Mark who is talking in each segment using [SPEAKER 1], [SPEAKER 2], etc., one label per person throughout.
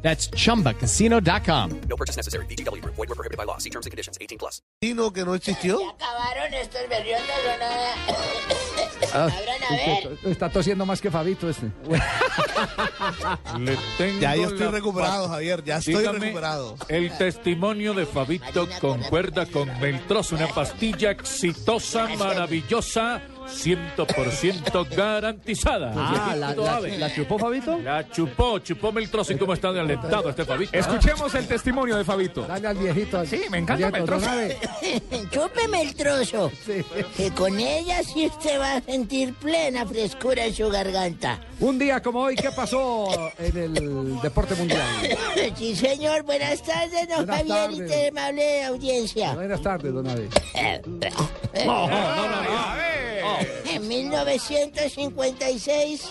[SPEAKER 1] That's chumbacasino.com.
[SPEAKER 2] No purchase necessary. BGW. Void were prohibited by law. See terms and conditions. 18 plus.
[SPEAKER 3] Sino que no existió.
[SPEAKER 4] acabaron estos berriondos o no.
[SPEAKER 5] Ah.
[SPEAKER 4] Abran a ver.
[SPEAKER 5] Está tosiendo más que Fabito este.
[SPEAKER 6] Le tengo
[SPEAKER 3] Ya yo estoy
[SPEAKER 6] la
[SPEAKER 3] recuperado,
[SPEAKER 6] pa-
[SPEAKER 3] Javier. Ya estoy
[SPEAKER 6] Dígame,
[SPEAKER 3] recuperado.
[SPEAKER 6] El testimonio de Fabito concuerda con Meltros, una pastilla exitosa, maravillosa, 100% garantizada.
[SPEAKER 5] Ah, la,
[SPEAKER 6] Fabito
[SPEAKER 5] la,
[SPEAKER 6] Ave.
[SPEAKER 5] la chupó Fabito.
[SPEAKER 6] La chupó, chupó Meltros y cómo está de alentado este Fabito.
[SPEAKER 7] Escuchemos el testimonio de Fabito.
[SPEAKER 5] Dale al viejito.
[SPEAKER 7] Sí, me encanta, me trozo.
[SPEAKER 4] Chúpeme el trozo. Que con ella sí usted va a sentir plena frescura en su garganta.
[SPEAKER 5] Un día como hoy, ¿qué pasó en el deporte mundial?
[SPEAKER 4] Sí, señor. Buenas tardes, don
[SPEAKER 5] Buenas
[SPEAKER 4] Javier y
[SPEAKER 5] tardes.
[SPEAKER 4] te amable audiencia.
[SPEAKER 5] Buenas tardes, don Ave.
[SPEAKER 4] En 1956,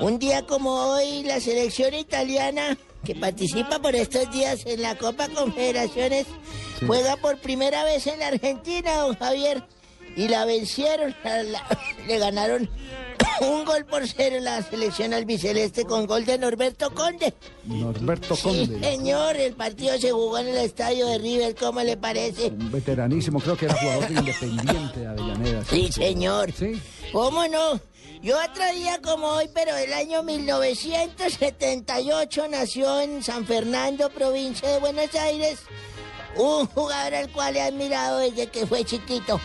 [SPEAKER 4] un día como hoy, la selección italiana, que participa por estos días en la Copa Confederaciones, juega por primera vez en la Argentina, don Javier, y la vencieron, a la- le ganaron un gol por cero la selección albiceleste con gol de Norberto Conde.
[SPEAKER 5] Norberto
[SPEAKER 4] Sí,
[SPEAKER 5] Conde,
[SPEAKER 4] señor, el partido se jugó en el estadio de River, ¿cómo le parece?
[SPEAKER 5] un veteranísimo, creo que era jugador de independiente de Avellaneda.
[SPEAKER 4] Sí, señor.
[SPEAKER 5] Sí.
[SPEAKER 4] ¿Cómo no? Yo otro día como hoy, pero del año 1978 nació en San Fernando, provincia de Buenos Aires, un jugador al cual he admirado desde que fue chiquito,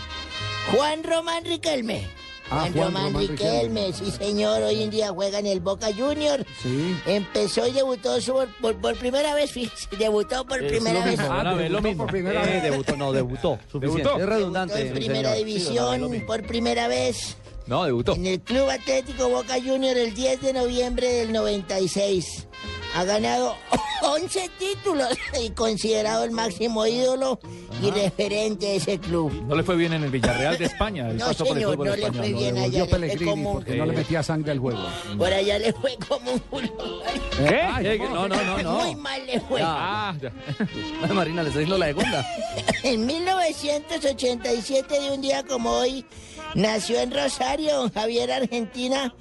[SPEAKER 4] Juan Román Riquelme.
[SPEAKER 5] Ah, Juan Román
[SPEAKER 4] Riquelme,
[SPEAKER 5] Riquelme.
[SPEAKER 4] sí señor, hoy en día juega en el Boca Junior.
[SPEAKER 5] Sí.
[SPEAKER 4] Empezó y debutó su- por, por primera vez, fíjese, debutó por primera vez.
[SPEAKER 6] Ah,
[SPEAKER 5] Ah,
[SPEAKER 6] ve, lo
[SPEAKER 5] debutó
[SPEAKER 6] mismo.
[SPEAKER 5] por primera vez.
[SPEAKER 8] debutó, no, debutó. Suficiente.
[SPEAKER 6] Debutó.
[SPEAKER 8] Es redundante.
[SPEAKER 4] Debutó en
[SPEAKER 8] mi
[SPEAKER 4] primera
[SPEAKER 8] señor.
[SPEAKER 4] división por primera vez.
[SPEAKER 8] No, debutó.
[SPEAKER 4] En el Club Atlético Boca Junior el 10 de noviembre del 96. Ha ganado 11 títulos y considerado el máximo ídolo y referente de ese club.
[SPEAKER 6] No le fue bien en el Villarreal de España. El
[SPEAKER 4] No,
[SPEAKER 6] paso por el
[SPEAKER 4] señor,
[SPEAKER 6] fútbol
[SPEAKER 4] no le
[SPEAKER 6] español. ¿Eh?
[SPEAKER 4] fue
[SPEAKER 6] ¿no?
[SPEAKER 4] bien. allá
[SPEAKER 5] Volvió
[SPEAKER 4] le fue
[SPEAKER 5] Pellegrini
[SPEAKER 4] como-
[SPEAKER 5] porque no le metía sangre al juego.
[SPEAKER 4] Por allá le fue como un culo.
[SPEAKER 6] ¿Qué?
[SPEAKER 5] Ay,
[SPEAKER 6] Eh,
[SPEAKER 5] ¿cómo?
[SPEAKER 6] No, no, no, no.
[SPEAKER 4] Muy mal le fue.
[SPEAKER 6] Ah, ya.
[SPEAKER 8] Marina, le está diciendo la segunda.
[SPEAKER 4] En 1987, de un día como hoy, nació en Rosario, don Javier, Argentina.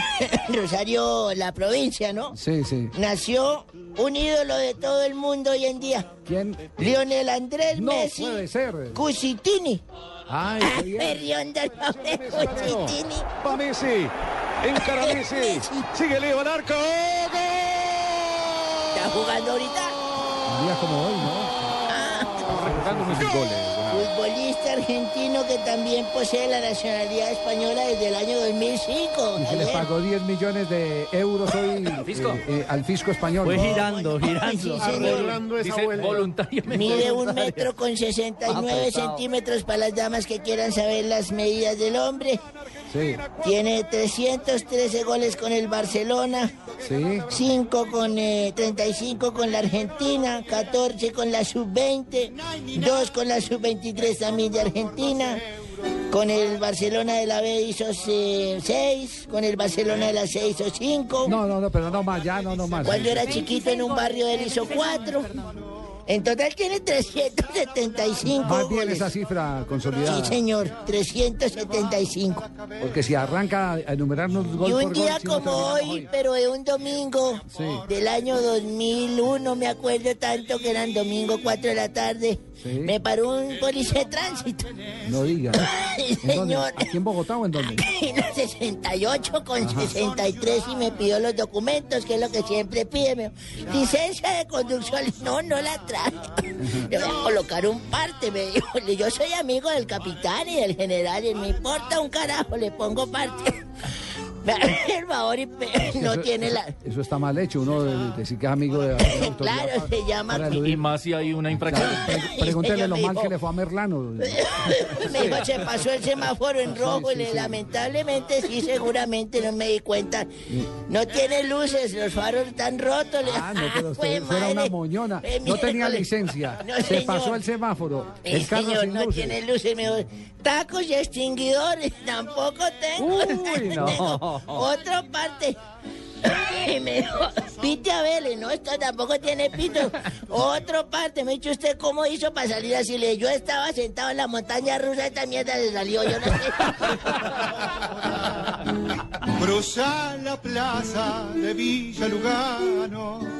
[SPEAKER 4] Rosario, la provincia, ¿no?
[SPEAKER 5] Sí, sí.
[SPEAKER 4] Nació un ídolo de todo el mundo hoy en día.
[SPEAKER 5] ¿Quién?
[SPEAKER 4] Lionel Andrés
[SPEAKER 5] No
[SPEAKER 4] Messi.
[SPEAKER 5] puede ser.
[SPEAKER 4] Cusitini.
[SPEAKER 5] Ay, qué bien.
[SPEAKER 4] Perrión del nombre Cusitini.
[SPEAKER 7] Va Messi. Encara Messi. Sigue Leo al arco.
[SPEAKER 4] Está jugando ahorita.
[SPEAKER 5] Un día como hoy, ¿no?
[SPEAKER 6] Jugando unos goles.
[SPEAKER 4] Futbolista argentino que también posee la nacionalidad española desde el año 2005.
[SPEAKER 5] Y se le
[SPEAKER 4] Javier.
[SPEAKER 5] pagó 10 millones de euros hoy
[SPEAKER 8] fisco?
[SPEAKER 5] eh, eh, al fisco español.
[SPEAKER 8] Fue girando,
[SPEAKER 4] Sí,
[SPEAKER 8] girando.
[SPEAKER 4] señor.
[SPEAKER 6] Dice voluntariamente.
[SPEAKER 4] Mide un metro con 69 centímetros para las damas que quieran saber las medidas del hombre.
[SPEAKER 5] Sí,
[SPEAKER 4] Tiene 313 goles con el Barcelona,
[SPEAKER 5] sí.
[SPEAKER 4] 5 con eh, 35 con la Argentina, 14 con la sub-20, 2 con la sub-23 también de Argentina. Con el Barcelona de la B hizo 6, con el Barcelona de la C hizo 5.
[SPEAKER 5] No, no, no, pero no más, ya no, no más.
[SPEAKER 4] Cuando era chiquito en un barrio él hizo 4. En total tiene 375
[SPEAKER 5] Más bien
[SPEAKER 4] goles.
[SPEAKER 5] esa cifra
[SPEAKER 4] Sí,
[SPEAKER 5] consolidada.
[SPEAKER 4] señor, 375.
[SPEAKER 5] Porque si arranca a enumerarnos gol
[SPEAKER 4] Y
[SPEAKER 5] por
[SPEAKER 4] un día
[SPEAKER 5] gol, sí, no
[SPEAKER 4] como
[SPEAKER 5] terminamos
[SPEAKER 4] hoy, pero de un domingo del año 2001, me acuerdo tanto que eran domingo 4 de la tarde,
[SPEAKER 5] Sí.
[SPEAKER 4] me paró un policía de tránsito.
[SPEAKER 5] No diga.
[SPEAKER 4] Sí,
[SPEAKER 5] ¿En dónde?
[SPEAKER 4] señor.
[SPEAKER 5] ¿Aquí en Bogotá o en dónde?
[SPEAKER 4] En los 68 con 63 y me pidió los documentos, que es lo que siempre pide. me dijo, Licencia de conducción, no, no la traje. Le voy a colocar un parte, me dijo. Le- Yo soy amigo del capitán y del general y me importa un carajo, le pongo parte. el favor y pe- no
[SPEAKER 5] Eso-
[SPEAKER 4] tiene
[SPEAKER 5] eso-
[SPEAKER 4] la...
[SPEAKER 5] Eso está mal hecho, uno de- decir que es amigo de de la autoridad.
[SPEAKER 4] Claro, se llama...
[SPEAKER 5] para
[SPEAKER 6] Y
[SPEAKER 5] eludir.
[SPEAKER 6] más si hay una infracción.
[SPEAKER 5] Pre- Pregúntele
[SPEAKER 4] Ella
[SPEAKER 5] lo
[SPEAKER 4] me
[SPEAKER 5] mal
[SPEAKER 4] dijo-
[SPEAKER 5] que le fue a Merlano.
[SPEAKER 4] Me dijo, se pasó el semáforo en rojo y le- lamentablemente sí, seguramente no me di cuenta. No tiene luces, los faros están rotos. le-
[SPEAKER 5] Mm. Ah, no, pero usted
[SPEAKER 4] ¡Jue
[SPEAKER 5] fuera una
[SPEAKER 4] madre!
[SPEAKER 5] moñona.
[SPEAKER 4] Eh,
[SPEAKER 5] No tenía
[SPEAKER 4] miércoles.
[SPEAKER 5] licencia.
[SPEAKER 4] No,
[SPEAKER 5] se
[SPEAKER 4] señor.
[SPEAKER 5] pasó el semáforo.
[SPEAKER 4] Eh,
[SPEAKER 5] El carro
[SPEAKER 4] señor,
[SPEAKER 5] sin
[SPEAKER 4] no
[SPEAKER 5] luces.
[SPEAKER 4] tiene luces, mejor. Tacos y extinguidores tampoco tengo.
[SPEAKER 8] Uy, no.
[SPEAKER 4] Tengo otra parte. Y me dijo, pite a Vélez, no, esta tampoco tiene pito. Otro parte, me dice usted cómo hizo para salir así. Le, digo, yo estaba sentado en la montaña rusa, esta mierda se salió, yo no sé.
[SPEAKER 3] Cruzar la plaza de Villa Lugano